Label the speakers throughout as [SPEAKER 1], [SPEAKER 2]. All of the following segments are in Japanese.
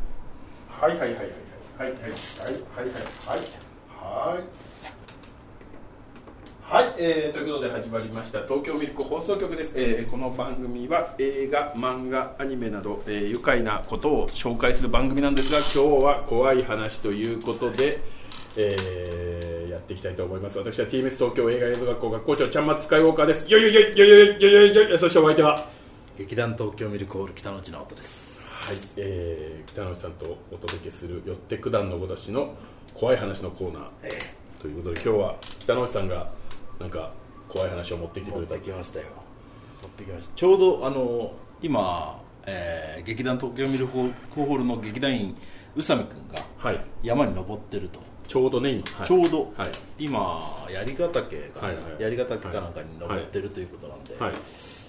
[SPEAKER 1] はいはいはいはいはいはいはいはいはいはいはい、えーということで始まりました東京ミルク放送局です、えーこの番組は映画漫画アニメなど、えー愉快なことを紹介する番組なんですが今日は怖い話ということで、えーやっていきたいと思います私は TBS 東京映画映像学校学校長ちゃんまつスカイウォーカーですよいよいよいよいよいよいよいよいよそしてお相手はは
[SPEAKER 2] 劇団東京ミルクホール北の内直人です
[SPEAKER 1] い、えー北野さんとお届けするよって九段のごとしの怖い話のコーナーということで今日は北野さんがなんか怖い話を持ってきてく
[SPEAKER 2] 持っ
[SPEAKER 1] れた
[SPEAKER 2] てきましたよ持ってきましたちょうどあの今、えー劇団東京ミルクホールの劇団員宇佐美君が
[SPEAKER 1] はい
[SPEAKER 2] 山に登ってると、
[SPEAKER 1] ちょうどね今、はい
[SPEAKER 2] ちょうど、
[SPEAKER 1] はい
[SPEAKER 2] 今槍ヶ岳かな、
[SPEAKER 1] はいはい
[SPEAKER 2] 槍ヶ岳かなんかに登ってるということなんで、
[SPEAKER 1] はい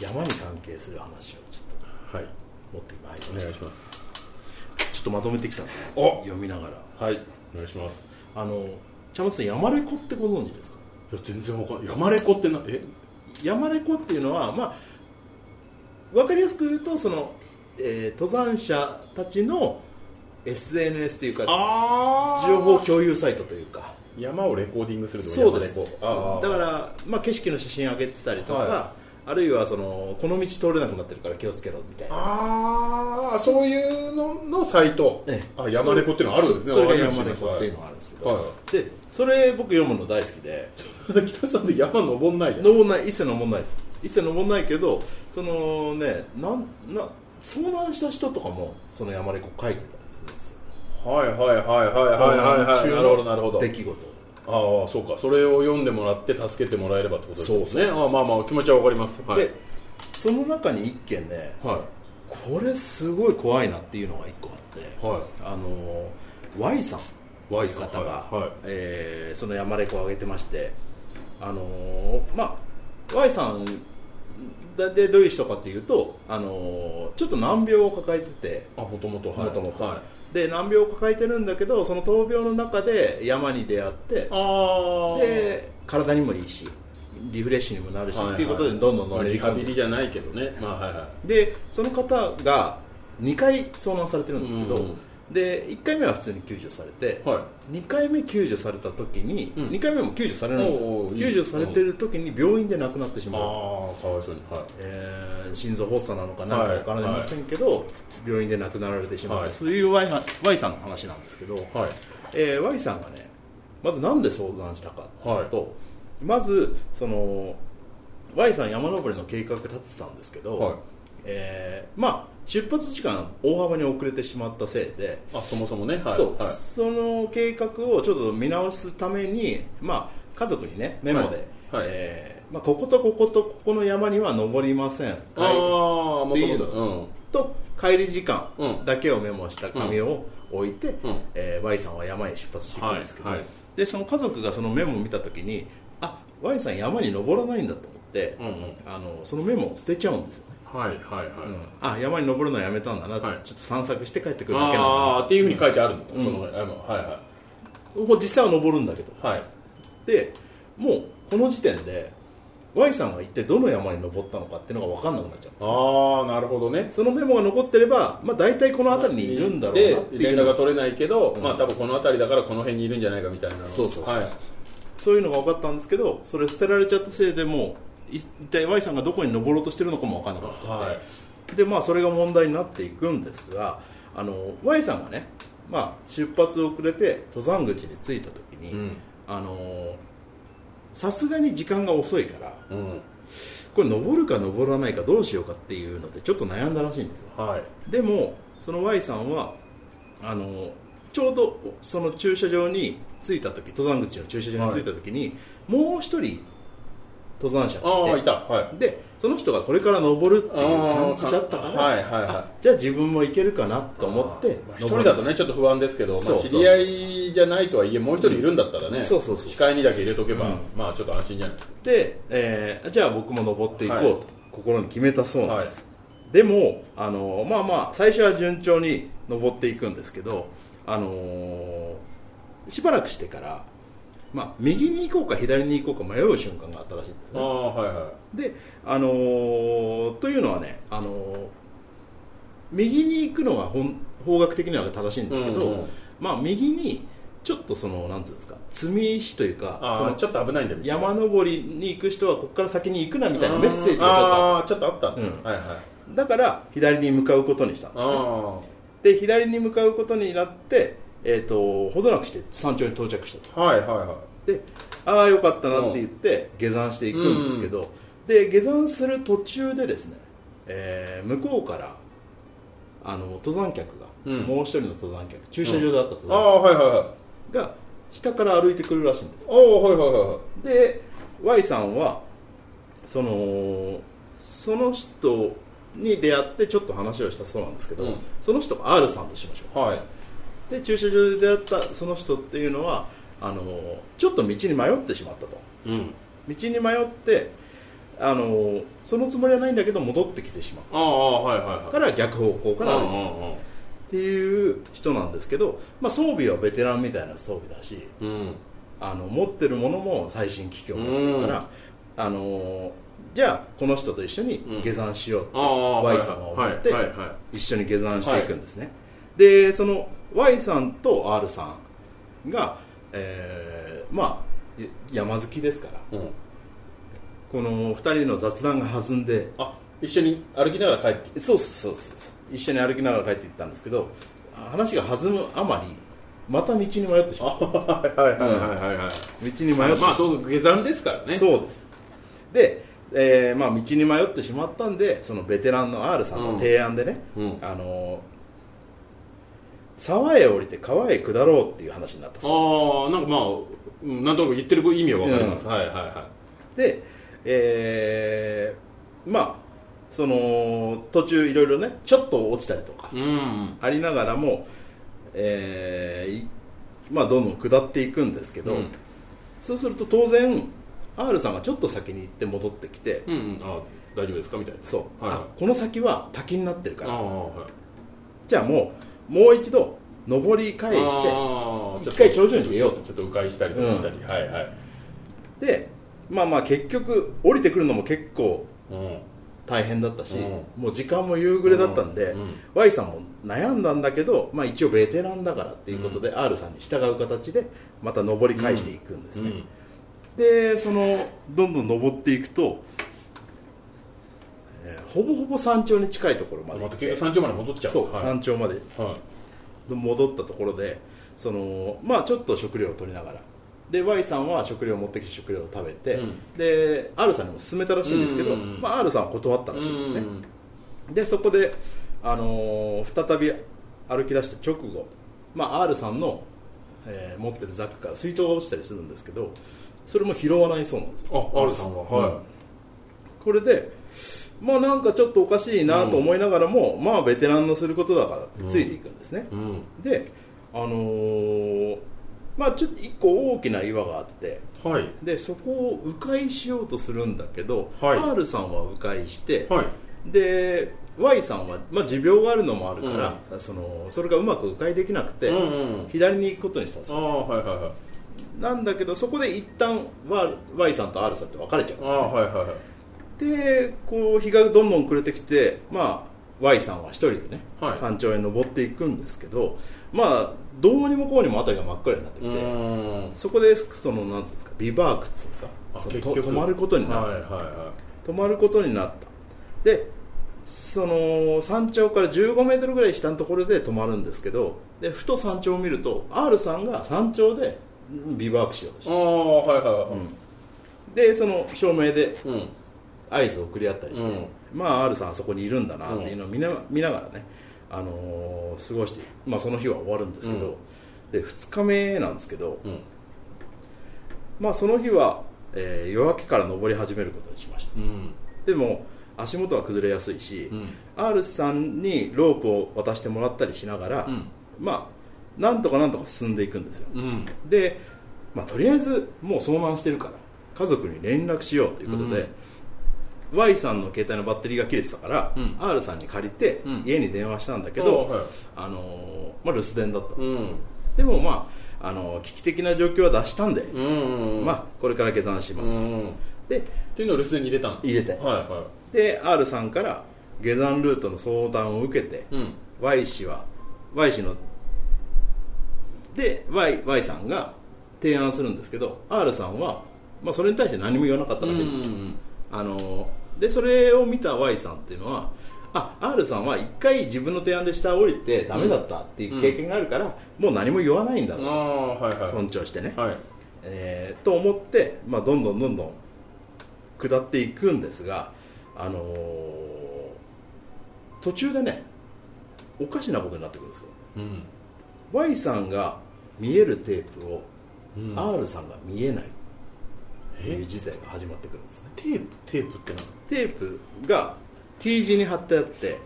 [SPEAKER 2] 山に関係する話をちょっと
[SPEAKER 1] はい
[SPEAKER 2] 持ってまいり
[SPEAKER 1] お
[SPEAKER 2] まし
[SPEAKER 1] 願
[SPEAKER 2] た
[SPEAKER 1] いします
[SPEAKER 2] ちょっとまとめてきたの
[SPEAKER 1] お
[SPEAKER 2] 読みながら
[SPEAKER 1] はいお願いします
[SPEAKER 2] あの茶松さん山レコってご存知ですか
[SPEAKER 1] いや全然わかんない山レコってなえ
[SPEAKER 2] 山レコっていうのは、まあ、分かりやすく言うとその、えー登山者たちの SNS というか
[SPEAKER 1] あ
[SPEAKER 2] 情報共有サイトというか
[SPEAKER 1] 山をレコーディングするの
[SPEAKER 2] そうです
[SPEAKER 1] 山
[SPEAKER 2] ね
[SPEAKER 1] レコあ
[SPEAKER 2] そ
[SPEAKER 1] ー
[SPEAKER 2] うだから、まあ、景色の写真上げてたりとか、
[SPEAKER 1] は
[SPEAKER 2] あるいはそのこの道通れなくなってるから気をつけろみたいな。
[SPEAKER 1] ああそういうののサイト、
[SPEAKER 2] ええ
[SPEAKER 1] あ山レコっていうのあるんですね
[SPEAKER 2] そそ
[SPEAKER 1] わか
[SPEAKER 2] れ
[SPEAKER 1] り
[SPEAKER 2] が
[SPEAKER 1] まし
[SPEAKER 2] 山
[SPEAKER 1] た
[SPEAKER 2] レコっていうのがあるんですけど、
[SPEAKER 1] は
[SPEAKER 2] でそれ僕読むの大好きで
[SPEAKER 1] い北さんで山登んないじゃん
[SPEAKER 2] 登んない一切登んないです一切登んないけどそのねなんな遭難した人とかもその山レコ書いてたりするんですよ
[SPEAKER 1] はいはいはいはいはいはいはいなるほどなるほど
[SPEAKER 2] 出来事
[SPEAKER 1] ああそうかそれを読んでもらって助けてもらえればってことですね
[SPEAKER 2] そうそうそうそ
[SPEAKER 1] あ
[SPEAKER 2] う
[SPEAKER 1] あまあまあ気持ちはわかりますはい
[SPEAKER 2] でその中に一件ね
[SPEAKER 1] は
[SPEAKER 2] これすごい怖いなっていうのが一個あって
[SPEAKER 1] いはい
[SPEAKER 2] あの Y さん
[SPEAKER 1] Y
[SPEAKER 2] と
[SPEAKER 1] さ
[SPEAKER 2] い
[SPEAKER 1] ん
[SPEAKER 2] う方が、
[SPEAKER 1] はいはい
[SPEAKER 2] えーその山レコを上げてましてあのまあ Y さんだでどういう人かっていうとあのちょっと難病を抱えてて
[SPEAKER 1] あもともとはい
[SPEAKER 2] もともと
[SPEAKER 1] はい
[SPEAKER 2] で難病を抱えてるんだけどその闘病の中で山に出会って
[SPEAKER 1] ああ
[SPEAKER 2] で体にもいいしリフレッシュにもなるし、
[SPEAKER 1] はいはい
[SPEAKER 2] っていうことでどんどん
[SPEAKER 1] ま
[SPEAKER 2] の
[SPEAKER 1] あ
[SPEAKER 2] め
[SPEAKER 1] リ
[SPEAKER 2] り
[SPEAKER 1] ハ
[SPEAKER 2] 込ん
[SPEAKER 1] ビ
[SPEAKER 2] で
[SPEAKER 1] リじゃないけどねまあはいはい
[SPEAKER 2] でその方が2回遭難されてるんですけど、
[SPEAKER 1] うん
[SPEAKER 2] で1回目は普通に救助されて、
[SPEAKER 1] は
[SPEAKER 2] 二2回目救助された時に、
[SPEAKER 1] うん
[SPEAKER 2] 二2回目も救助されないんですよ
[SPEAKER 1] おうおういい
[SPEAKER 2] 救助されてる時に病院で亡くなってし
[SPEAKER 1] ああ
[SPEAKER 2] まう、
[SPEAKER 1] かわいそうにはい
[SPEAKER 2] えー心臓発作なのかなんか
[SPEAKER 1] はい
[SPEAKER 2] 分からませんけど、病院で亡くなられてしまう、
[SPEAKER 1] はい
[SPEAKER 2] そういう Y, は y さんの話なんですけど、
[SPEAKER 1] はい
[SPEAKER 2] えー Y さんがねまずなんで相談したかと、
[SPEAKER 1] はい
[SPEAKER 2] まずその Y さん山登りの計画立ててたんですけど、
[SPEAKER 1] はい
[SPEAKER 2] えーまあ、出発時間大幅に遅れてしまったせいで、
[SPEAKER 1] あそもそもねはい
[SPEAKER 2] そう
[SPEAKER 1] はい
[SPEAKER 2] その計画をちょっと見直すために、まあ、家族にねメモで、
[SPEAKER 1] はいはい
[SPEAKER 2] えーまあ、こことこことここの山には登りません
[SPEAKER 1] ああも
[SPEAKER 2] って
[SPEAKER 1] と
[SPEAKER 2] い
[SPEAKER 1] も
[SPEAKER 2] う
[SPEAKER 1] と
[SPEAKER 2] の
[SPEAKER 1] うん
[SPEAKER 2] と帰り時間
[SPEAKER 1] うん
[SPEAKER 2] だけをメモした紙を置いて、
[SPEAKER 1] うん
[SPEAKER 2] えー Y さんは山へ出発していくんですけど、
[SPEAKER 1] はいはい
[SPEAKER 2] でその家族がそのメモを見た時にあ Y さん山に登らないんだと思って、
[SPEAKER 1] うんうん
[SPEAKER 2] あのそのメモを捨てちゃうんですよね、
[SPEAKER 1] はいはいはい、
[SPEAKER 2] うんあ山に登るのやめたんだな、
[SPEAKER 1] はい
[SPEAKER 2] ちょっと散策して帰ってくるだけなん
[SPEAKER 1] ああ
[SPEAKER 2] だ
[SPEAKER 1] っていうふうに書いてあるの、
[SPEAKER 2] ん
[SPEAKER 1] そのあのは
[SPEAKER 2] な実際は登るんだけど
[SPEAKER 1] いはいはい
[SPEAKER 2] でもうこの時点で Y さんが一体どの山に登ったのかっていうのが分かんなくなっちゃうんですよ
[SPEAKER 1] ああなるほどね
[SPEAKER 2] そのメモが残ってれば、まあ、大体この辺りにいるんだろうなって
[SPEAKER 1] で
[SPEAKER 2] い
[SPEAKER 1] 連
[SPEAKER 2] うの
[SPEAKER 1] 絡
[SPEAKER 2] が
[SPEAKER 1] が取れないけど、
[SPEAKER 2] ん
[SPEAKER 1] まあ多分この辺りだからこの辺にいるんじゃないかみたいなの
[SPEAKER 2] そうそうそうそう
[SPEAKER 1] はい、
[SPEAKER 2] そういうのが分かったんですけどそれ捨てられちゃったせいでもうい一体 Y さんがどこに登ろうとしてるのかも分かんなくなっちゃって、
[SPEAKER 1] はい
[SPEAKER 2] でまあそれが問題になっていくんですがあの Y さんがね、まあ、出発遅れて登山口に着いた時に、
[SPEAKER 1] うん
[SPEAKER 2] あのさすがに時間が遅いから
[SPEAKER 1] うん
[SPEAKER 2] これ登るか登らないかどうしようかっていうのでちょっと悩んだらしいんですよ
[SPEAKER 1] はい
[SPEAKER 2] でもその Y さんはあのちょうどその駐車場に着いた時登山口の駐車場に着いた時に、もう一人登山者
[SPEAKER 1] あ
[SPEAKER 2] が
[SPEAKER 1] あい
[SPEAKER 2] いて
[SPEAKER 1] たはい
[SPEAKER 2] でその人がこれから登るっていう感じだったから、
[SPEAKER 1] あーはいはいはい
[SPEAKER 2] あじゃあ自分も行けるかなと思って
[SPEAKER 1] まあ一
[SPEAKER 2] 登
[SPEAKER 1] 人だ
[SPEAKER 2] る
[SPEAKER 1] とねちょっと不安ですけど、ま
[SPEAKER 2] そ
[SPEAKER 1] あ、
[SPEAKER 2] うそう
[SPEAKER 1] 知り合いじゃないとはいえもう一人いるんだったらね、
[SPEAKER 2] うんそうそうそう
[SPEAKER 1] 控えにだけ入れとけば、
[SPEAKER 2] うん
[SPEAKER 1] まあちょっと安心じゃないですか
[SPEAKER 2] で、えーじゃあ僕も登っていこう
[SPEAKER 1] はい
[SPEAKER 2] と心に決めたそうなんです、でもあのまあまあ最初は順調に登っていくんですけどあのーしばらくしてから、まあ、右に行こうか左に行こうか迷う瞬間があったらしいんです
[SPEAKER 1] あ
[SPEAKER 2] ね
[SPEAKER 1] あはいはい
[SPEAKER 2] であのーというのはね、あのー右に行くのが本方角的には正しいんだけど、
[SPEAKER 1] うんうん
[SPEAKER 2] まあ右にちょっとそのなんつうんですか積み石というかそ
[SPEAKER 1] あ
[SPEAKER 2] の
[SPEAKER 1] ーちょっと危ないんだ道が
[SPEAKER 2] 山登りに行く人はここから先に行くなみたいなメッセージがちょっとあっ
[SPEAKER 1] あーちょっとあったんだ
[SPEAKER 2] うん
[SPEAKER 1] はいはい
[SPEAKER 2] ただから左に向かうことにしたんですね
[SPEAKER 1] あ
[SPEAKER 2] で左に向かうことになってえー、とほどなくして山頂に到着したと
[SPEAKER 1] あはいはいは
[SPEAKER 2] でああよかったなって言って下山していくんですけど、で下山する途中でですね、えー向こうからあの登山客が、
[SPEAKER 1] うん
[SPEAKER 2] もう一人の登山客駐車場であった
[SPEAKER 1] い
[SPEAKER 2] 登
[SPEAKER 1] あ
[SPEAKER 2] 山
[SPEAKER 1] あはいはいはい
[SPEAKER 2] 客が下から歩いてくるらしいんです
[SPEAKER 1] おおはいはいはいはい
[SPEAKER 2] で Y さんはそのその人に出会ってちょっと話をしたそうなんですけど、
[SPEAKER 1] うん
[SPEAKER 2] その人が R さんとしましょ
[SPEAKER 1] はい。
[SPEAKER 2] うで駐車場で出会ったその人っていうのはあのーちょっと道に迷ってしまったと
[SPEAKER 1] うん。
[SPEAKER 2] 道に迷ってあのーそのつもりはないんだけど戻ってきてしま
[SPEAKER 1] ああ、はいはいうは
[SPEAKER 2] か
[SPEAKER 1] い。
[SPEAKER 2] ら逆方向から歩いてきたっていう人なんですけど、まあ、装備はベテランみたいな装備だし、
[SPEAKER 1] うんうんうん。うん。
[SPEAKER 2] あの持ってるものも最新機器を持ってるから、あのーじゃあこの人と一緒に下山しようって、
[SPEAKER 1] ああ、
[SPEAKER 2] Y さんが思って
[SPEAKER 1] はいはいは
[SPEAKER 2] 一緒に下山していくんですね、でその Y さんと R さんが、えーまあや山好きですから
[SPEAKER 1] い。うん。
[SPEAKER 2] この2人の雑談が弾んで
[SPEAKER 1] あ、一緒に歩きながら帰ってき
[SPEAKER 2] そうそうそうそうそう一緒に歩きながら帰っていったんですけど話が弾むあまりまた道に迷ってしまう
[SPEAKER 1] た。はいはいはいはいはい。
[SPEAKER 2] 道に迷ってし
[SPEAKER 1] ま
[SPEAKER 2] ま
[SPEAKER 1] あ、
[SPEAKER 2] う
[SPEAKER 1] まあ、そう、下山ですからね。う。
[SPEAKER 2] そうですで、えーまあ、道に迷ってしまったんでそのベテランの R さんの提案でね、
[SPEAKER 1] うん
[SPEAKER 2] あのー沢へ降りて川へ下ろうっていう話になったそう
[SPEAKER 1] ああ、なんかまあ、うんなんとなく言ってる意味はわかります。はいはいは
[SPEAKER 2] で、えーまあその途中いろいろねちょっと落ちたりとか
[SPEAKER 1] い。うん。
[SPEAKER 2] ありながらも、えーいまあ、どんどん下っていくんですけど、
[SPEAKER 1] うん
[SPEAKER 2] そうすると当然 R さんがちょっと先に行って戻ってきて、
[SPEAKER 1] うんうん。あ大丈夫ですかみたいな。
[SPEAKER 2] そう、
[SPEAKER 1] はい
[SPEAKER 2] あこの先は滝になってるか
[SPEAKER 1] あ
[SPEAKER 2] ら
[SPEAKER 1] あ、はい。
[SPEAKER 2] じゃあもうもう一度上り返
[SPEAKER 1] ああち
[SPEAKER 2] し
[SPEAKER 1] ょっと
[SPEAKER 2] 一回頂上に出ようと
[SPEAKER 1] ちょっと迂回したりとかしたり。はいはい。
[SPEAKER 2] てでまあまあ結局降りてくるのも結構
[SPEAKER 1] うん。
[SPEAKER 2] 大変だったし、
[SPEAKER 1] う
[SPEAKER 2] もう時間も夕暮れだったんで、
[SPEAKER 1] うんうん
[SPEAKER 2] Y さんも悩んだんだけど、まあ、一応ベテランだからっていうことで、R さんに従う形でまた上り返していくんですね、でそのどんどん登っていくと、えーほぼほぼ山頂に近いところま
[SPEAKER 1] うん。
[SPEAKER 2] で
[SPEAKER 1] ま
[SPEAKER 2] 行ったて、
[SPEAKER 1] 結局山頂まで戻っちゃう。
[SPEAKER 2] そう、
[SPEAKER 1] は
[SPEAKER 2] 山頂まで
[SPEAKER 1] い。はい。
[SPEAKER 2] 戻ったところでそのまあちょっと食料を取りながらで Y さんは食料を持ってきて食料を食べて、
[SPEAKER 1] うん
[SPEAKER 2] で R さんにも勧めたらしいんですけど、
[SPEAKER 1] うんうんうん
[SPEAKER 2] まあ、R さんは断ったらしいんですね、でそこで、あのー再び歩き出した直後、まあ、R さんの、えー持ってるザックから水筒が落ちたりするんですけどそれも拾わないそうなんですよ
[SPEAKER 1] あ、R さんは。
[SPEAKER 2] うん
[SPEAKER 1] は
[SPEAKER 2] これでまあなんかちょっとおかしいなと思いながらも、まあベテランのすることだからってついていくんですね、
[SPEAKER 1] い。うん。
[SPEAKER 2] であのーまあちょっと一個大きな岩があって
[SPEAKER 1] はい。
[SPEAKER 2] でそこを迂回しようとするんだけど、
[SPEAKER 1] はい
[SPEAKER 2] R さんは迂回して、
[SPEAKER 1] はい。
[SPEAKER 2] で Y さんは、まあ、持病があるのもあるから、そのそれがうまく迂回できなくて、
[SPEAKER 1] うんうん
[SPEAKER 2] 左に行くことにしたんです
[SPEAKER 1] あ
[SPEAKER 2] よ
[SPEAKER 1] あはいはいはい
[SPEAKER 2] なんだけどそこで一旦 Y- Y さんと R さんって別れちゃうん
[SPEAKER 1] ああはいはいはい
[SPEAKER 2] ですでこう日がどんどん暮れてきて、まあ、Y さんは一人でね、
[SPEAKER 1] はい
[SPEAKER 2] 山頂へ登っていくんですけどまあどうにもこうにも辺りが真っ暗になってき
[SPEAKER 1] う
[SPEAKER 2] て、
[SPEAKER 1] ーん
[SPEAKER 2] そこでそのなんつうんですかビバークっていうんですか
[SPEAKER 1] あ
[SPEAKER 2] そのと止まることになった、
[SPEAKER 1] はいはいは
[SPEAKER 2] 止まることになったでその山頂から1 5メートルぐらい下のところで止まるんですけどでふと山頂を見ると R さんが山頂でうんビバークしようとし
[SPEAKER 1] いあ
[SPEAKER 2] て
[SPEAKER 1] あはいは
[SPEAKER 2] でその照明で
[SPEAKER 1] いはいうん
[SPEAKER 2] 合図を送り合ったりして、
[SPEAKER 1] うん
[SPEAKER 2] まあ R さんあそこにいるんだなっていうのを見な,、見ながらね、あのー過ごして、まあ、その日は終わるんですけど、で2日目なんですけど、
[SPEAKER 1] うん
[SPEAKER 2] まあ、その日は、えー夜明けから登り始めることにしました
[SPEAKER 1] うん
[SPEAKER 2] でも足元は崩れやすいし、
[SPEAKER 1] うん
[SPEAKER 2] R さんにロープを渡してもらったりしながら、
[SPEAKER 1] うん
[SPEAKER 2] まあなんとかなんとか進んでいくんですよ
[SPEAKER 1] うん
[SPEAKER 2] で、まあ、とりあえずもう遭難してるから家族に連絡しようということで、Y さんの携帯のバッテリーが切れてたから、
[SPEAKER 1] うん
[SPEAKER 2] R さんに借りて
[SPEAKER 1] うん
[SPEAKER 2] 家に電話したんだけ
[SPEAKER 1] あー
[SPEAKER 2] ど、
[SPEAKER 1] はい
[SPEAKER 2] あのーまあ、留守電だった、
[SPEAKER 1] うん
[SPEAKER 2] でもまあ、あのー危機的な状況は出したんで、
[SPEAKER 1] うんうん
[SPEAKER 2] まあ、これから下山します、
[SPEAKER 1] うんっ
[SPEAKER 2] で
[SPEAKER 1] ていうのを留守電に入れたの
[SPEAKER 2] 入れて
[SPEAKER 1] はいは
[SPEAKER 2] で R さんから下山ルートの相談を受けて、
[SPEAKER 1] いうん
[SPEAKER 2] Y 氏は Y 氏ので y, y さんが提案するんですけど R さんは、まあ、それに対して何も言わなかったらしいんですよ、あのでそれを見た Y さんっていうのはあ R さんは一回自分の提案で下を降りてダメだったっていう経験があるから、もう何も言わないんだ
[SPEAKER 1] ああ
[SPEAKER 2] ろう
[SPEAKER 1] はいはい
[SPEAKER 2] 尊重してね、
[SPEAKER 1] はい
[SPEAKER 2] えーと思って、まあ、どんどんどんどん下っていくんですが、あのー途中でねおかしなことになってくるんですよ
[SPEAKER 1] うん、
[SPEAKER 2] Y さんが見えるテープを
[SPEAKER 1] うん、
[SPEAKER 2] R さんが見えないっていう事態が始まってくるんですね
[SPEAKER 1] テープテープってな
[SPEAKER 2] テープが T 字に貼ってあって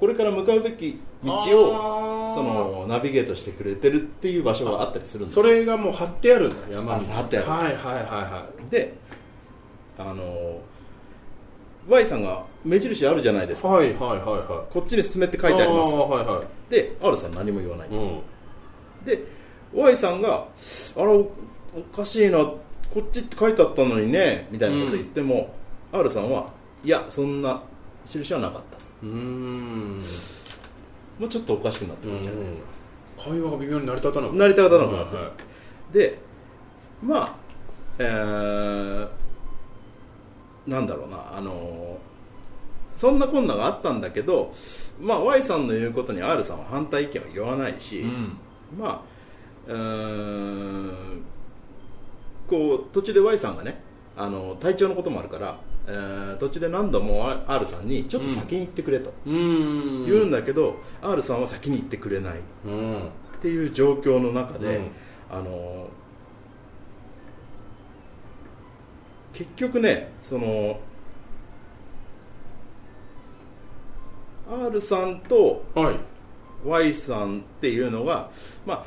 [SPEAKER 2] これから向かうべき道を
[SPEAKER 1] を
[SPEAKER 2] そのナビゲートしてくれてるっていう場所があったりするんです
[SPEAKER 1] それがもう貼ってあるんだ山道
[SPEAKER 2] あ貼ってある
[SPEAKER 1] はいはいはいはい
[SPEAKER 2] であの Y さんが目印あるじゃないですか
[SPEAKER 1] はいはいはいは
[SPEAKER 2] こっちに進めって
[SPEAKER 1] い
[SPEAKER 2] 書いてあります
[SPEAKER 1] はいは
[SPEAKER 2] で R さん何も言わない
[SPEAKER 1] いうん
[SPEAKER 2] で Y さんが「あらおおかしいなこっちって書いてあったのにね」みたいなこと言っても、R さんは「いやそんな印はなかった
[SPEAKER 1] うーん」
[SPEAKER 2] もうちょっとおかしくなってくるんじゃないですか、
[SPEAKER 1] 会話が微妙に成り立たなく
[SPEAKER 2] 成り立たなくなって
[SPEAKER 1] は
[SPEAKER 2] る
[SPEAKER 1] いはい
[SPEAKER 2] でまあえーなんだろうなあのそんなこんながあったんだけど、まあ、Y さんの言うことに R さんは反対意見を言わないし、
[SPEAKER 1] うん
[SPEAKER 2] まあうーんこう途中で Y さんがねあの体調のこともあるから、えー途中で何度も R さんにちょっと先に行ってくれと
[SPEAKER 1] うーん
[SPEAKER 2] 言うんだけど、R さんは先に行ってくれないっ
[SPEAKER 1] うん
[SPEAKER 2] ていう状況の中で、
[SPEAKER 1] うん
[SPEAKER 2] あの結局ねその R さんと
[SPEAKER 1] はい
[SPEAKER 2] Y さんっていうのが、まあ、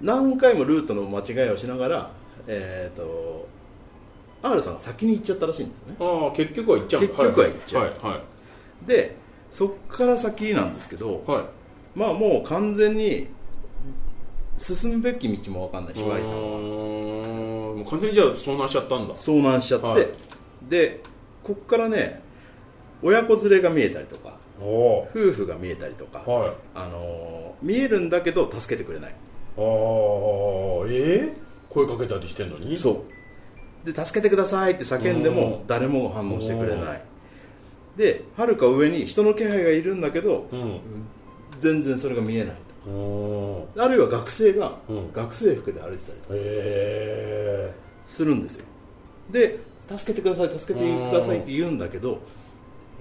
[SPEAKER 2] 何回もルートの間違いをしながら、えー、と R さんが先に行っちゃったらしいんですよね
[SPEAKER 1] ああ結局は行っちゃうんだ
[SPEAKER 2] 結局は行っちゃう
[SPEAKER 1] はいは
[SPEAKER 2] でそっから先なんですけど
[SPEAKER 1] いはい
[SPEAKER 2] まあもう完全に進むべき道も分かんないし Y さん
[SPEAKER 1] う
[SPEAKER 2] は
[SPEAKER 1] ーんもう完全にじゃあ遭難しちゃったんだ
[SPEAKER 2] 遭難しちゃって、
[SPEAKER 1] はい
[SPEAKER 2] でこっからね親子連れが見えたりとか
[SPEAKER 1] おお
[SPEAKER 2] 夫婦が見えたりとか、
[SPEAKER 1] はい
[SPEAKER 2] あのー見えるんだけど助けてくれない
[SPEAKER 1] ああええ声かけたりしてんのに
[SPEAKER 2] そうで助けてくださいって叫んで
[SPEAKER 1] う
[SPEAKER 2] も
[SPEAKER 1] ん
[SPEAKER 2] 誰も反応してくれないではるか上に人の気配がいるんだけど
[SPEAKER 1] うん
[SPEAKER 2] 全然それが見えない
[SPEAKER 1] おお
[SPEAKER 2] あるいは学生が
[SPEAKER 1] うん
[SPEAKER 2] 学生服で歩いてたりとか
[SPEAKER 1] え
[SPEAKER 2] するんですよで助けてください助けてくださいって言うんだけど、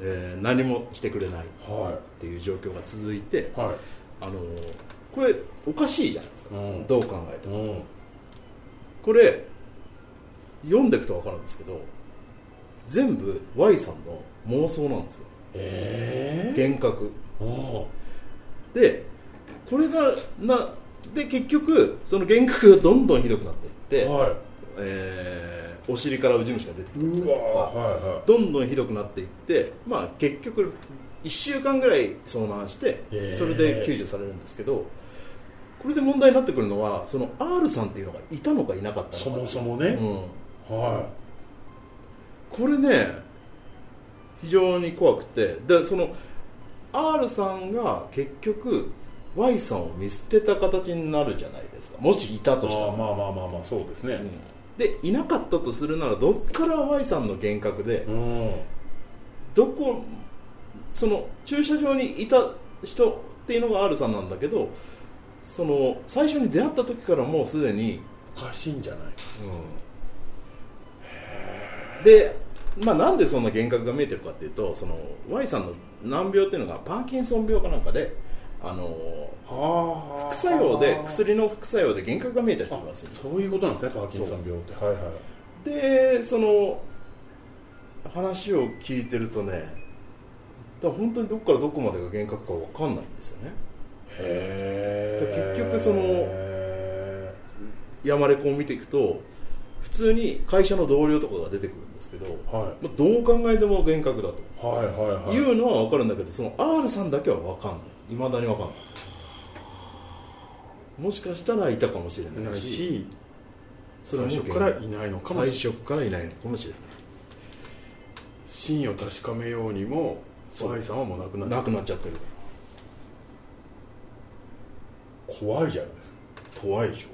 [SPEAKER 2] えー何もしてくれないっ
[SPEAKER 1] えは
[SPEAKER 2] ていう状況が続いて
[SPEAKER 1] いは
[SPEAKER 2] あのーこれおかしいじゃないですか、
[SPEAKER 1] うん
[SPEAKER 2] どう考えて
[SPEAKER 1] い
[SPEAKER 2] も
[SPEAKER 1] うん
[SPEAKER 2] これ読んでいくと分かるんですけど全部 Y さんの妄想なんですよ
[SPEAKER 1] ええ
[SPEAKER 2] 幻覚
[SPEAKER 1] お
[SPEAKER 2] でこれがなで結局その幻覚がどんどんひどくなっていって、
[SPEAKER 1] は
[SPEAKER 2] えーお尻からウジ虫が出てき
[SPEAKER 1] い
[SPEAKER 2] たり
[SPEAKER 1] う
[SPEAKER 2] と
[SPEAKER 1] わー
[SPEAKER 2] か
[SPEAKER 1] はいはい
[SPEAKER 2] どんどんひどくなっていって、まあ、結局1週間ぐらい遭難して
[SPEAKER 1] へー
[SPEAKER 2] それで救助されるんですけどこれで問題になってくるのはその R さんっていうのがいたのかいなかったのか
[SPEAKER 1] そもそ
[SPEAKER 2] も、
[SPEAKER 1] も
[SPEAKER 2] う
[SPEAKER 1] ね
[SPEAKER 2] ん、
[SPEAKER 1] は
[SPEAKER 2] これね非常に怖くてでその R さんが結局 Y さんを見捨てた形になるじゃないですかもしいた
[SPEAKER 1] い
[SPEAKER 2] としたら、
[SPEAKER 1] まあまあまあまあそうですね
[SPEAKER 2] うんでいなかったとするならどっから Y さんの幻覚で
[SPEAKER 1] うん
[SPEAKER 2] どこその駐車場にいた人っていうのが R さんなんだけどその最初に出会った時からもうすでに
[SPEAKER 1] おかしいんじゃない
[SPEAKER 2] で、まあ、なんでそんな幻覚が見えてるかっていうとその Y さんの難病っていうのがパーキンソン病かなんかで、あの
[SPEAKER 1] はあ
[SPEAKER 2] 副作用で薬の副作用で幻覚が見えたりするんですよ
[SPEAKER 1] そういうことなんですねパーキンソン病ってはいはい
[SPEAKER 2] でその話を聞いてるとねだから本当にどこからどこまでが幻覚か分かんないんですよね
[SPEAKER 1] へえ
[SPEAKER 2] だから結局その山レコを見ていくと普通に会社の同僚とかが出てくるんですけど、
[SPEAKER 1] は
[SPEAKER 2] まあ、どう考えても幻覚だと
[SPEAKER 1] いはいはいはい
[SPEAKER 2] いうのは分かるんだけどその R さんだけは分かんないいまだに分かんないもしかしたらいたかもしれ
[SPEAKER 1] い
[SPEAKER 2] な
[SPEAKER 1] ないい
[SPEAKER 2] し
[SPEAKER 1] し
[SPEAKER 2] それ
[SPEAKER 1] 最
[SPEAKER 2] も
[SPEAKER 1] 初からいないのかも
[SPEAKER 2] 最
[SPEAKER 1] しれない
[SPEAKER 2] 初からいないのかもしれない
[SPEAKER 1] 真を確かめようにも
[SPEAKER 2] そう
[SPEAKER 1] 愛さんはもう亡くなっ
[SPEAKER 2] な
[SPEAKER 1] た
[SPEAKER 2] くなっちゃってるか
[SPEAKER 1] 怖いじゃないですか
[SPEAKER 2] 怖いでしょ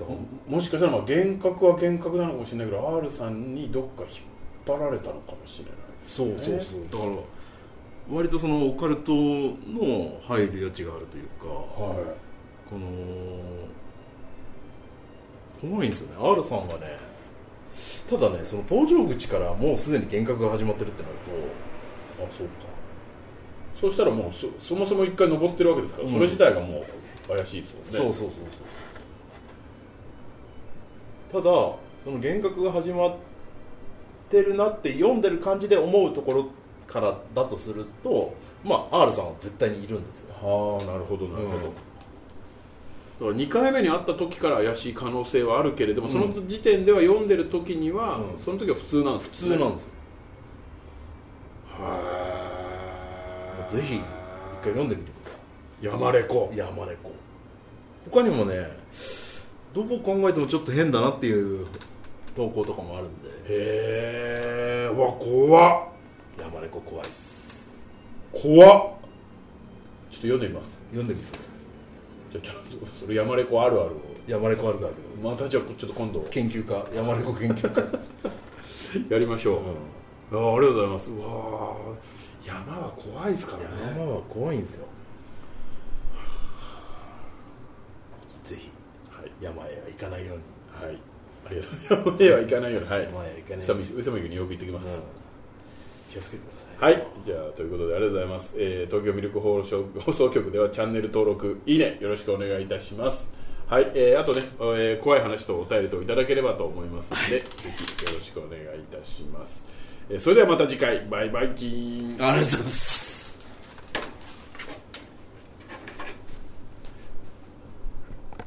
[SPEAKER 2] だから
[SPEAKER 1] ももしかしたらまあ幻覚は幻覚なのかもしれないけど R さんにどっか引っ張られたのかもしれない
[SPEAKER 2] そうそう
[SPEAKER 1] ね
[SPEAKER 2] そうだから割とそのオカルトの入る余地があるというか
[SPEAKER 1] は
[SPEAKER 2] この怖いんですよね R さんがねただねその登場口からもうすでに幻覚が始まってるってなる
[SPEAKER 1] いあそうかそうしたらもうそそもそも一回登ってるわけですから、それ自体がもう怪しいですもん
[SPEAKER 2] と
[SPEAKER 1] ね
[SPEAKER 2] そうそうそうそうそうただその幻覚が始まってるなって読んでる感じで思うところからだとするとまあ R さんは絶対にいるんですよ
[SPEAKER 1] はあなるほどなるほど、
[SPEAKER 2] うん
[SPEAKER 1] だから2回目に会った時から怪しい可能性はあるけれども、その時点では読んでる時には、
[SPEAKER 2] うん
[SPEAKER 1] その時は普通なんです
[SPEAKER 2] 普通なんですよ
[SPEAKER 1] は
[SPEAKER 2] ぜひ一回読んでみてくださ
[SPEAKER 1] 山レコ
[SPEAKER 2] い山猫他にもねどこ考えてもちょっと変だなっていう投稿とかもあるんで
[SPEAKER 1] へえうわ怖っ
[SPEAKER 2] 山猫怖いっす
[SPEAKER 1] 怖っちょっと読んでみます
[SPEAKER 2] 読んでみてくださ
[SPEAKER 1] じゃあちょっとそれ山レコあるあるを
[SPEAKER 2] い山猫あるある
[SPEAKER 1] またじゃあちょっと今度
[SPEAKER 2] 研究家山猫研究家
[SPEAKER 1] やりましょう、あーありがとうございますうわー山は怖いですからね
[SPEAKER 2] 山は怖いんですよぜひ
[SPEAKER 1] はい
[SPEAKER 2] 山へは行かないように
[SPEAKER 1] はいありがとうございます 山へは行かないようにはい
[SPEAKER 2] 山へは行かない
[SPEAKER 1] 久
[SPEAKER 2] よう
[SPEAKER 1] 々
[SPEAKER 2] に、
[SPEAKER 1] 久々によく行ってきます、
[SPEAKER 2] うん気をつけてくださ
[SPEAKER 1] はいい、じゃあということでありがとうございます、えー東京ミルク放送放送局ではチャンネル登録いいねよろしくお願いいたしますはい、えーあとね、えー怖い話とお便りといただければと思いますので、ぜひよろしくお願いいたします、えーそれではまた次回バイバイキーン
[SPEAKER 2] ありがとうございます